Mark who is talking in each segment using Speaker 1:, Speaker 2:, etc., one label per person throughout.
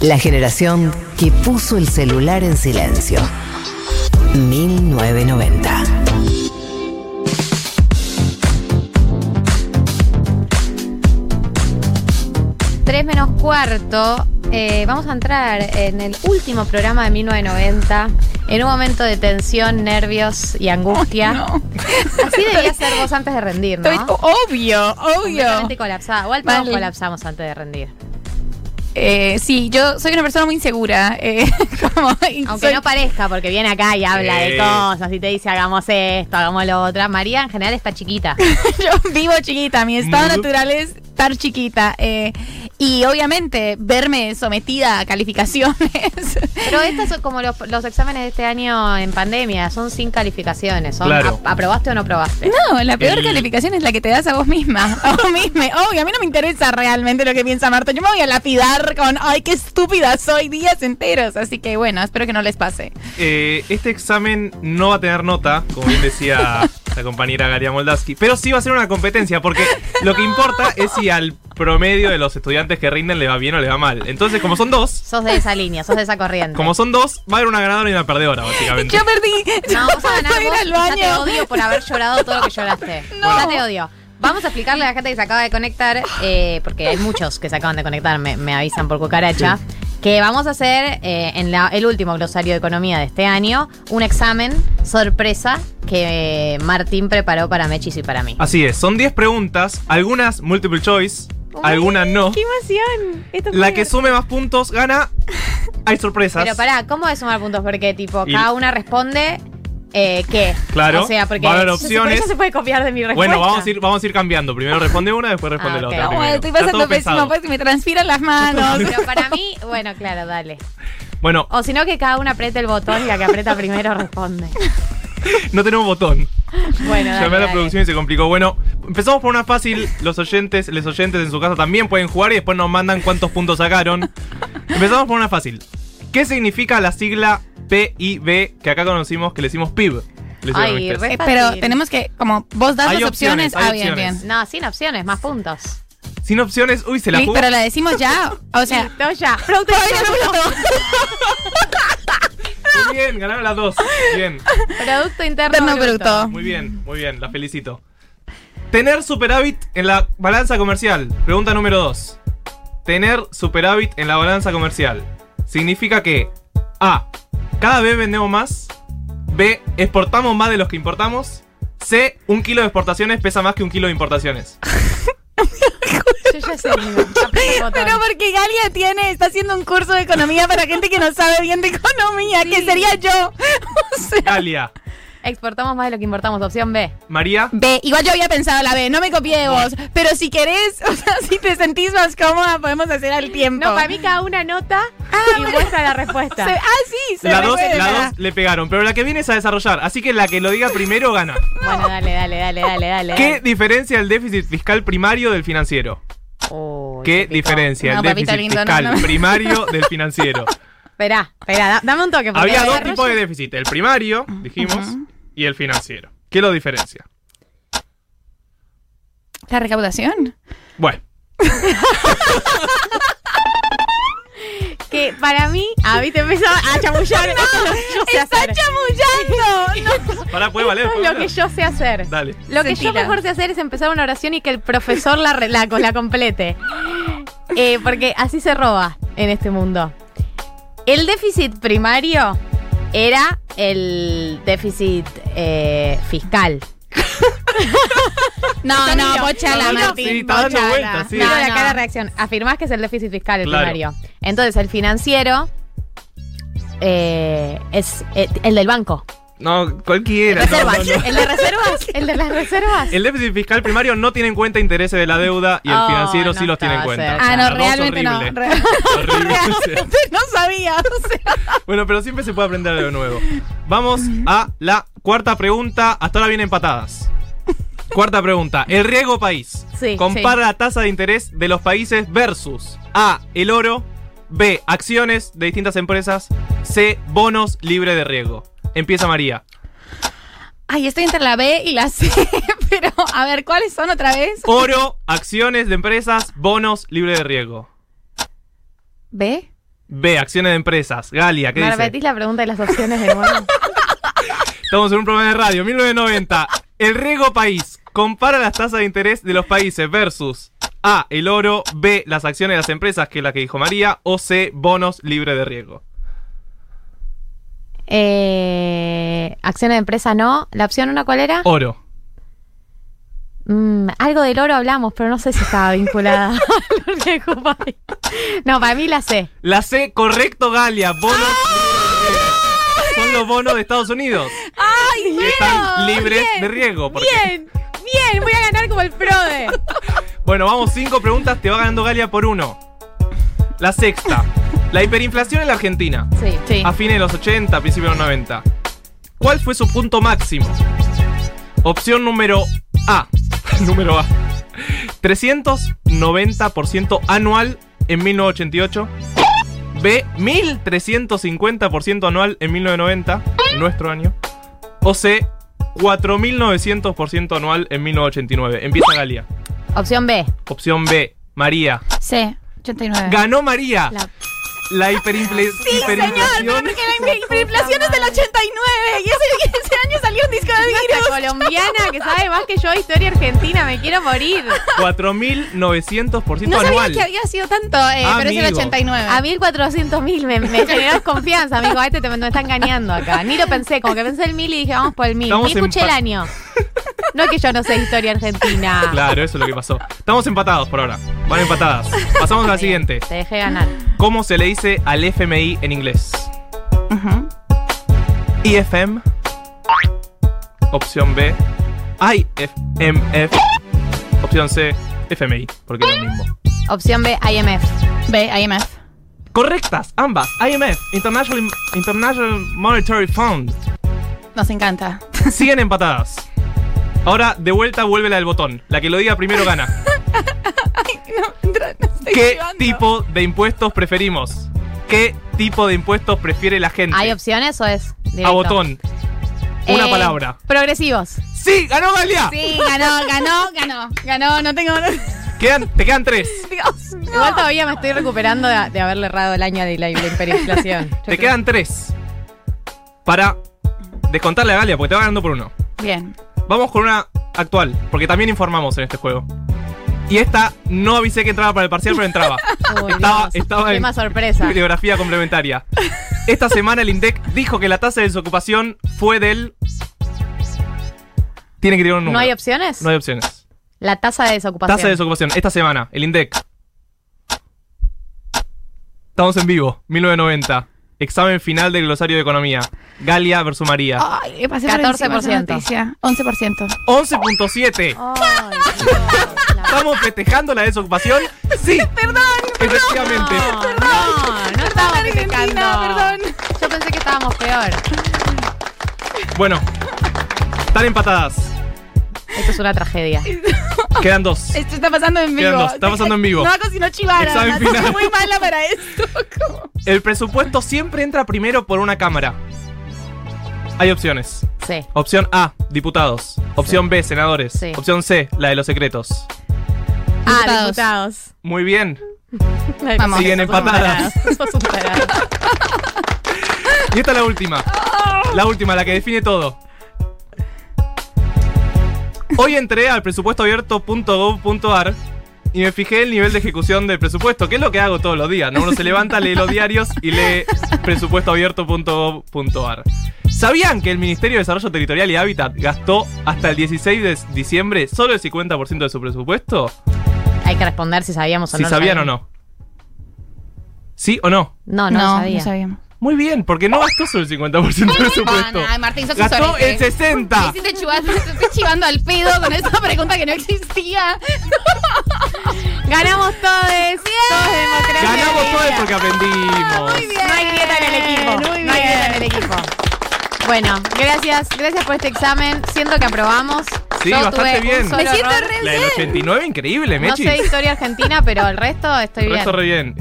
Speaker 1: La generación que puso el celular en silencio. 1990.
Speaker 2: Tres menos cuarto. eh, vamos a entrar en el último programa de 1990. En un momento de tensión, nervios y angustia.
Speaker 3: No.
Speaker 2: Así debía ser vos antes de rendir, ¿no?
Speaker 3: Estoy obvio, obvio.
Speaker 2: Completamente colapsada. Igual todos
Speaker 3: Vale.
Speaker 2: colapsamos antes de rendir.
Speaker 3: Eh, sí, yo soy una persona muy insegura. eh, como- y
Speaker 2: Aunque
Speaker 3: soy-
Speaker 2: no parezca, porque viene acá y habla de
Speaker 4: Sí.
Speaker 2: cosas y te dice hagamos esto, hagamos lo otro. María en general está chiquita.
Speaker 3: yo vivo chiquita, mi estado
Speaker 4: Ujú.
Speaker 3: natural es estar chiquita. eh, y obviamente verme sometida a calificaciones.
Speaker 2: Pero estos son como los, los exámenes de este año en pandemia, son sin calificaciones. Son
Speaker 4: Claro.
Speaker 2: a- ¿Aprobaste o no aprobaste?
Speaker 3: No, la peor
Speaker 4: El-
Speaker 3: calificación es la que te das a vos misma. A vos misma. Obvio, a mí no me interesa realmente lo que piensa Marta. Yo me voy a lapidar con, ay, qué estúpida soy días enteros. Así que bueno, espero que no les pase.
Speaker 4: Eh, este examen no va a tener nota, como bien decía la compañera Galia Moldavsky, pero sí va a ser una competencia, porque lo que importa es si al promedio de los estudiantes que rinden le va bien o le va mal. Entonces, como son dos,
Speaker 2: Sos de esa línea, sos de esa corriente.
Speaker 4: como son dos, va a haber una ganadora y una perdedora, básicamente.
Speaker 3: Yo perdí.
Speaker 2: no, vamos a ganar
Speaker 3: Voy a ir
Speaker 2: vos
Speaker 3: al
Speaker 2: y ya te
Speaker 3: baño.
Speaker 2: odio por haber llorado todo lo que lloraste.
Speaker 3: No.
Speaker 2: Ya te odio. Vamos a explicarle a la gente que se acaba de conectar, eh, porque hay muchos que se acaban de conectar, me, me avisan por cucaracha, que vamos a hacer eh, en la- el último glosario de economía de este año un examen sorpresa que eh, Martín preparó para Mechis y para mí.
Speaker 4: Así es, son 10 preguntas, algunas multiple choice, algunas no.
Speaker 3: ¡Qué emoción! Esto
Speaker 4: La
Speaker 3: fue-
Speaker 4: que sume más puntos gana. Hay sorpresas.
Speaker 2: Pero pará, ¿cómo es sumar puntos? Porque, tipo,
Speaker 4: Y-
Speaker 2: cada una responde eh, qué.
Speaker 4: Claro,
Speaker 2: O sea, porque
Speaker 4: va a haber
Speaker 2: yo sé- por
Speaker 4: opciones.
Speaker 2: eso se puede copiar de mi respuesta.
Speaker 4: Bueno, vamos a, ir, vamos a ir cambiando. Primero responde una, después responde
Speaker 2: Ah,
Speaker 4: la
Speaker 2: ok.
Speaker 4: otra.
Speaker 2: No,
Speaker 3: Ay,
Speaker 4: primero.
Speaker 3: estoy
Speaker 4: Está todo
Speaker 3: pasando pésimo,
Speaker 4: pensado.
Speaker 3: pues me transpiran las manos.
Speaker 2: Pero para mí, bueno, claro, dale.
Speaker 4: Bueno,
Speaker 2: O si no, que cada una apriete el botón y la que aprieta primero responde.
Speaker 4: no tenemos botón.
Speaker 2: Bueno, dale,
Speaker 4: Llamé a la
Speaker 2: dale.
Speaker 4: producción y se complicó. Bueno, empezamos por una fácil. Los oyentes, les oyentes en su casa también pueden jugar y después nos mandan cuántos puntos sacaron. Empezamos por una fácil. ¿Qué significa la sigla PIB que acá conocimos, que le decimos PIB? Les
Speaker 2: Ay,
Speaker 4: digo, ¿viste?
Speaker 2: re-
Speaker 3: Eh,
Speaker 2: fácil.
Speaker 3: pero tenemos que, como vos das
Speaker 4: Hay
Speaker 3: las
Speaker 4: opciones,
Speaker 3: opciones.
Speaker 4: hay
Speaker 3: ah, bien,
Speaker 4: opciones.
Speaker 3: bien.
Speaker 2: No, sin opciones, más puntos.
Speaker 4: Sin opciones, uy, se la
Speaker 3: Liz,
Speaker 4: jugó.
Speaker 3: pero la decimos ya. O sea,
Speaker 2: No, ya.
Speaker 3: Todavía no me lo-
Speaker 4: Muy bien, ganaron las dos. Bien,
Speaker 2: Producto interno
Speaker 3: Interno
Speaker 2: bruto.
Speaker 3: bruto.
Speaker 4: muy bien, muy bien, la felicito. Tener superávit en la balanza comercial. Pregunta número dos. Tener superávit en la balanza comercial significa que A. Cada vez vendemos más. B. Exportamos más de los que importamos. C. Un kilo de exportaciones pesa más que un kilo de importaciones.
Speaker 2: Yo ya sé. aprieta el botón.
Speaker 3: Pero porque Galia tiene, está haciendo un curso de economía para gente que no sabe bien de economía, que sería yo. O sea,
Speaker 4: Galia.
Speaker 2: Exportamos más de lo que importamos. Opción B.
Speaker 4: María.
Speaker 3: B, igual yo había pensado la B, no me copié vos, pero si querés, o sea, si te sentís más cómoda, podemos hacer al tiempo.
Speaker 2: No, para mí cada una nota y muestra la
Speaker 3: Se-
Speaker 2: respuesta.
Speaker 3: ah, sí, se
Speaker 4: La
Speaker 3: me
Speaker 4: dos,
Speaker 3: fue,
Speaker 4: la
Speaker 3: ¿verdad?
Speaker 4: dos le pegaron, pero la que viene es a desarrollar. Así que la que lo diga primero gana.
Speaker 2: Bueno, dale, dale, dale, dale, dale.
Speaker 4: ¿Qué diferencia el déficit fiscal primario del financiero?
Speaker 2: Uy, se
Speaker 4: ¿Qué
Speaker 2: picó.
Speaker 4: diferencia
Speaker 3: No,
Speaker 4: el
Speaker 3: papito
Speaker 4: déficit
Speaker 3: lindo, no,
Speaker 4: fiscal
Speaker 3: no me-
Speaker 4: primario del financiero?
Speaker 2: Esperá, esperá, da- dame un toque. porque
Speaker 4: Había dos
Speaker 2: desarrollo-
Speaker 4: tipos de déficit, el primario, dijimos, y el financiero. ¿Qué lo diferencia?
Speaker 3: La recaudación.
Speaker 4: Bueno,
Speaker 2: Que para mí, a mí te empezó a chamullar. Esto es lo que yo sé
Speaker 3: ¡Está
Speaker 2: hacer.
Speaker 3: chamullando! No.
Speaker 4: para puede valer.
Speaker 2: Esto es
Speaker 4: puede
Speaker 2: lo que
Speaker 4: valer.
Speaker 2: yo sé hacer.
Speaker 4: Dale.
Speaker 2: Lo que yo
Speaker 3: Sentila.
Speaker 2: mejor sé hacer es empezar una oración y que el profesor la, re- la, la complete. Eh, porque así se roba en este mundo. El déficit primario era el déficit eh, fiscal.
Speaker 3: No, no,
Speaker 2: Miro,
Speaker 3: bochala,
Speaker 2: miro,
Speaker 3: Martín.
Speaker 4: Sí, está dando
Speaker 3: bochala.
Speaker 4: vueltas, sí.
Speaker 2: Miro
Speaker 3: No,
Speaker 2: de acá
Speaker 3: no.
Speaker 2: la reacción. Afirmás que es el déficit fiscal el
Speaker 4: Claro.
Speaker 2: primario. Entonces, el financiero eh, es eh, el del banco.
Speaker 4: No, cualquiera. no,
Speaker 2: Reservas.
Speaker 4: no, no.
Speaker 2: El de reservas. El de las reservas.
Speaker 4: El déficit fiscal primario no tiene en cuenta intereses de la deuda y el
Speaker 2: Oh,
Speaker 4: financiero sí
Speaker 2: no
Speaker 4: los tiene en
Speaker 2: estaba
Speaker 4: cuenta.
Speaker 2: cerca.
Speaker 3: Ah,
Speaker 4: Las
Speaker 3: no,
Speaker 4: dos
Speaker 3: realmente no.
Speaker 4: horrible.
Speaker 3: Re-
Speaker 4: Horrible.
Speaker 3: Realmente no sabía. O sea,
Speaker 4: Bueno, pero siempre se puede aprender algo nuevo. Vamos a la cuarta pregunta. Hasta ahora vienen empatadas. Cuarta pregunta. El riesgo país.
Speaker 2: Sí,
Speaker 4: Compara la tasa de interés de los países versus A. El oro. B. Acciones de distintas empresas. C. Bonos libre de riesgo. Empieza María.
Speaker 3: Ay, estoy entre la B y la C, pero a ver, ¿cuáles son otra vez?
Speaker 4: Oro, acciones de empresas, bonos libre de riesgo.
Speaker 3: B.
Speaker 4: B. Acciones de empresas. Galia, ¿qué
Speaker 2: ¿Me
Speaker 4: dice?
Speaker 2: repetís la pregunta de las opciones de nuevo?
Speaker 4: Estamos en un programa de radio, 1990. El riesgo país. Compara las tasas de interés de los países versus A. El oro. B. Las acciones de las empresas, que es la que dijo María. O C. Bonos libre de riesgo.
Speaker 2: eh, acciones de empresa no. ¿La opción una cuál era?
Speaker 4: Oro.
Speaker 2: Mm, algo del oro hablamos, pero no sé si estaba vinculada al riesgo país. No, para mí la sé.
Speaker 4: La C. Correcto, Galia. Bonos libres de riesgo. Son los bonos de Estados Unidos.
Speaker 3: ¡Ay,
Speaker 4: Que están libres de riesgo. porque-
Speaker 3: Bien, bien, voy a ganar como el Frode.
Speaker 4: Bueno, vamos, cinco preguntas, te va ganando Galia por uno. La sexta. La hiperinflación en la Argentina.
Speaker 2: Sí.
Speaker 3: Sí.
Speaker 4: A fines de los 80, principios de los 90. ¿Cuál fue su punto máximo? Opción número A. número A. 390% anual en 1988. B. 1350% anual en 1990, nuestro año. O C. 4900% anual en 1989. Empieza Galia.
Speaker 2: Opción B.
Speaker 4: Opción B, María.
Speaker 3: Sí, 89.
Speaker 4: Ganó María.
Speaker 2: La-
Speaker 4: La, hiperinfla-
Speaker 3: Señor, pero
Speaker 4: hiperinflación.
Speaker 3: porque la hiperinflación es del 89 y ese, ese año salió un disco de virus.
Speaker 2: Esta colombiana que sabe más que yo de historia argentina, me quiero morir.
Speaker 4: 4.900%
Speaker 3: No sabía
Speaker 4: anual.
Speaker 3: que había sido tanto, eh, pero es el
Speaker 4: Amigo.
Speaker 3: 89.
Speaker 2: A 1400 mil me, me generó desconfianza, amigo. Este te, me está engañando acá. Ni lo pensé, como que pensé el mil y dije, vamos por el mil.
Speaker 4: Estamos
Speaker 2: Ni escuché
Speaker 4: empa-
Speaker 2: el año. No es que yo no sé historia argentina.
Speaker 4: Claro, eso es lo que pasó. Estamos empatados por ahora. Van empatadas. Pasamos a la siguiente.
Speaker 2: Te dejé ganar.
Speaker 4: ¿Cómo se le dice al FMI en inglés?
Speaker 3: Ujú.
Speaker 4: IFM. Opción B. IFMF. Opción C. FMI, porque es lo mismo.
Speaker 2: Opción B, IMF.
Speaker 3: Ve, IMF.
Speaker 4: Correctas, ambas. IMF, International, International Monetary Fund.
Speaker 3: Nos encanta.
Speaker 4: Siguen empatadas. Ahora, de vuelta, vuelve la del botón. La que lo diga primero gana.
Speaker 3: No, entra- no estoy
Speaker 4: ¿Qué
Speaker 3: llevando.
Speaker 4: tipo de impuestos preferimos? ¿Qué tipo de impuestos prefiere la gente?
Speaker 2: ¿Hay opciones o es directo?
Speaker 4: A botón. Una
Speaker 2: Eh,
Speaker 4: palabra.
Speaker 2: Progresivos.
Speaker 4: ¡Sí! ¡Ganó Galia!
Speaker 3: Sí, ganó, ganó, ganó. Ganó, no tengo.
Speaker 4: Quedan- te quedan tres.
Speaker 3: Dios, no.
Speaker 2: Igual todavía me estoy recuperando de, de haberle errado el año de la, la hiperinflación. Yo
Speaker 4: te
Speaker 2: creo-
Speaker 4: quedan tres. Para descontarle a Galia, porque te va ganando por uno.
Speaker 3: Bien.
Speaker 4: Vamos con una actual, porque también informamos en este juego. Y esta no avisé que entraba para el parcial, pero entraba.
Speaker 2: Uy,
Speaker 4: estaba
Speaker 2: Dios,
Speaker 4: estaba
Speaker 2: qué
Speaker 4: en,
Speaker 2: más sorpresa.
Speaker 4: Bibliografía complementaria. Esta semana el INDEC dijo que la tasa de desocupación fue del. Tiene que tirar un número.
Speaker 2: ¿No hay opciones?
Speaker 4: No hay opciones.
Speaker 2: La tasa de desocupación.
Speaker 4: Tasa de desocupación. Esta semana, el INDEC. Estamos en vivo, 1990. Examen final del glosario de economía. Galia versus María.
Speaker 2: Ah.
Speaker 3: Ay, pasé por
Speaker 2: 14%.
Speaker 3: encima esa noticia. 11%.
Speaker 4: 11.7.
Speaker 2: Ay, Dios, la-
Speaker 4: ¿Estamos festejando la desocupación? Sí. Perdón. Efectivamente.
Speaker 2: No, no, no estábamos
Speaker 3: Argentina,
Speaker 2: festejando.
Speaker 3: perdón.
Speaker 2: Yo pensé que estábamos peor.
Speaker 4: Bueno, están empatadas.
Speaker 2: Esto es una tragedia.
Speaker 4: Quedan dos.
Speaker 3: Esto está pasando en
Speaker 4: Quedan
Speaker 3: vivo.
Speaker 4: dos, está pasando en vivo.
Speaker 3: No hago sino chivar.
Speaker 4: Examen
Speaker 3: además,
Speaker 4: final.
Speaker 3: Soy muy mala para esto. ¿Cómo?
Speaker 4: El presupuesto siempre entra primero por una cámara. Hay opciones.
Speaker 2: Sí.
Speaker 4: Opción A, diputados. Opción B, senadores.
Speaker 2: Sí.
Speaker 4: Opción C, la de los secretos.
Speaker 2: Ah,
Speaker 3: Diputados.
Speaker 2: diputados.
Speaker 4: Muy bien.
Speaker 3: Vamos.
Speaker 4: Siguen
Speaker 2: Sos un
Speaker 4: empatadas.
Speaker 2: tarado, sos un tarado.
Speaker 4: Y esta es la última. La última, la que define todo. Hoy entré al presupuestoabierto.gov.ar y me fijé el nivel de ejecución del presupuesto, que es lo que hago todos los días. ¿no? Uno se levanta, lee los diarios y lee presupuestoabierto.gov.ar. ¿Sabían que el Ministerio de Desarrollo Territorial y Hábitat gastó hasta el 16 de diciembre solo el 50% de su presupuesto?
Speaker 2: Hay que responder si sabíamos o
Speaker 4: si
Speaker 2: no. lo
Speaker 4: sabían o no. ¿Sí o no?
Speaker 2: No, no, lo sabía.
Speaker 3: sabíamos.
Speaker 4: Muy bien, porque no gastó solo el 50% del presupuesto.
Speaker 3: Ay, Martín, sos un
Speaker 4: Gastó el
Speaker 2: eh.
Speaker 3: sorete.
Speaker 4: 60.
Speaker 3: Hiciste chivar- te estoy chivando al pedo con esa pregunta que no existía.
Speaker 2: Ganamos todos. Todos democracia.
Speaker 4: Ganamos todo porque aprendimos.
Speaker 2: No hay grieta en el equipo.
Speaker 3: Muy
Speaker 2: No hay grieta en
Speaker 3: bien.
Speaker 2: el equipo. Bueno, gracias, gracias por este examen. Siento que aprobamos.
Speaker 4: Sí,
Speaker 2: Yo
Speaker 4: bastante
Speaker 2: tuve
Speaker 4: bien.
Speaker 2: Un solo
Speaker 3: Me siento
Speaker 2: error.
Speaker 3: re
Speaker 4: La del
Speaker 3: bien.
Speaker 4: 89, increíble,
Speaker 2: No
Speaker 4: Mechi.
Speaker 2: sé historia argentina, pero el resto estoy
Speaker 4: El
Speaker 2: bien.
Speaker 4: resto re bien.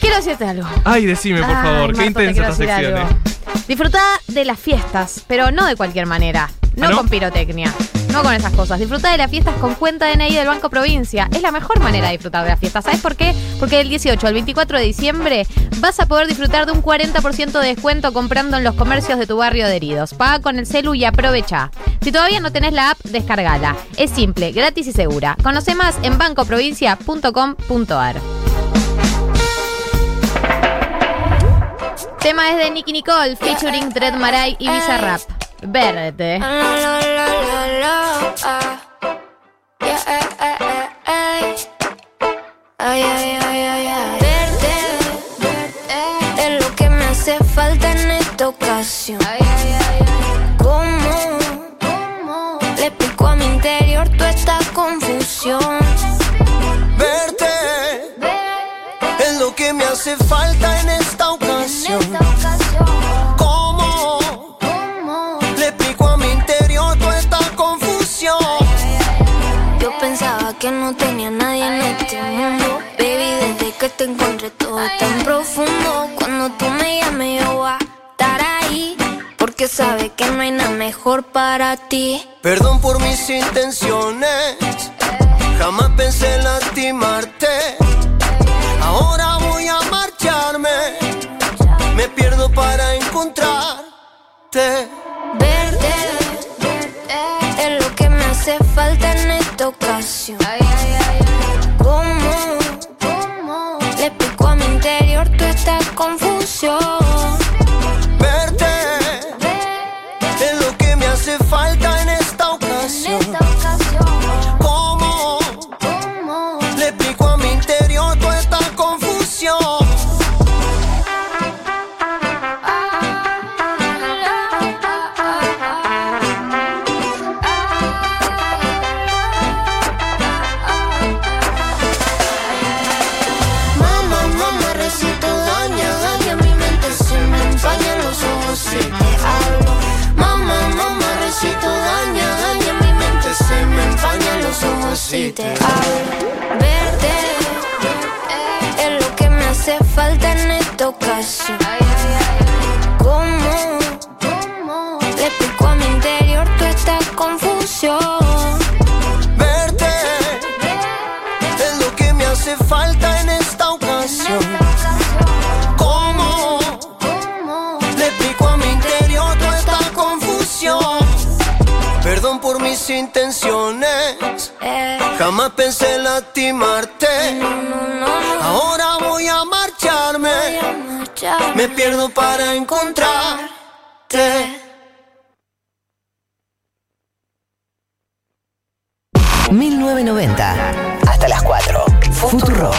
Speaker 2: Quiero decirte algo.
Speaker 4: Ay, decime, por
Speaker 2: Ay,
Speaker 4: favor.
Speaker 2: Marto,
Speaker 4: Qué
Speaker 2: te
Speaker 4: intensa
Speaker 2: quiero
Speaker 4: esta
Speaker 2: decir
Speaker 4: sección. eh.
Speaker 2: algo. Disfrutá de las fiestas, pero no de cualquier manera. No,
Speaker 4: ¿Ah, no?
Speaker 2: con pirotecnia. No con esas cosas. Disfruta de las fiestas con cuenta DNI del Banco Provincia. Es la mejor manera de disfrutar de las fiestas. ¿Sabes por qué? Porque del 18 al 24 de diciembre vas a poder disfrutar de un 40% de descuento comprando en los comercios de tu barrio adheridos. Paga con el celu y aprovecha. Si todavía no tenés la app, descargala. Es simple, gratis y segura. Conoce más en bancoprovincia.com.ar. Tema es de Nicky Nicole, featuring Dread Marai y Bizarrap. Verde.
Speaker 5: La, la, la, la, la, ah. Yeah, eh, eh, eh, eh. Ay, ay, ay, ay, ay. Verte, verte, es lo que me hace falta en esta ocasión. ¿Cómo? Le explico a mi interior toda esta confusión.
Speaker 6: Verte es lo que me hace falta en esta ocasión. ¿Cómo? Le explico a mi interior toda esta confusión.
Speaker 5: Yo pensaba que no tenía nadie en este mundo. Baby, desde que te encontré todo es tan profundo. Cuando tú me llames, yo voy a estar ahí. Porque sabes que no hay nada mejor para ti.
Speaker 6: Perdón por mis intenciones. Jamás pensé lastimarte. Ahora voy a marcharme. Me pierdo para encontrarte.
Speaker 5: Verte eh, es lo que me hace falta en esta ocasión. ¿Cómo? Le pico a mi interior toda esta confusión.
Speaker 6: Verte es lo que me hace falta en esta ocasión. ¿Cómo? Le explico a mi interior toda esta confusión.
Speaker 5: Mamá, mamá, recito daña, daña mi mente, se me empañan los ojos si te hablo. Mamá, mamá, recito daña, daña mi mente, se me empañan los ojos si te hablo. Verte es lo que me hace falta en esta ocasión. ¿Cómo? Le explico a mi interior toda esta confusión.
Speaker 6: Verte es lo que me hace falta en esta ocasión. ¿Cómo? Le explico a mi interior toda esta confusión. Perdón por mis intenciones,
Speaker 5: Eh,
Speaker 6: jamás pensé lastimarte. Ahora voy a marcharme,
Speaker 5: chao.
Speaker 6: me pierdo para encontrarte.
Speaker 1: Hasta las 4. Futuro.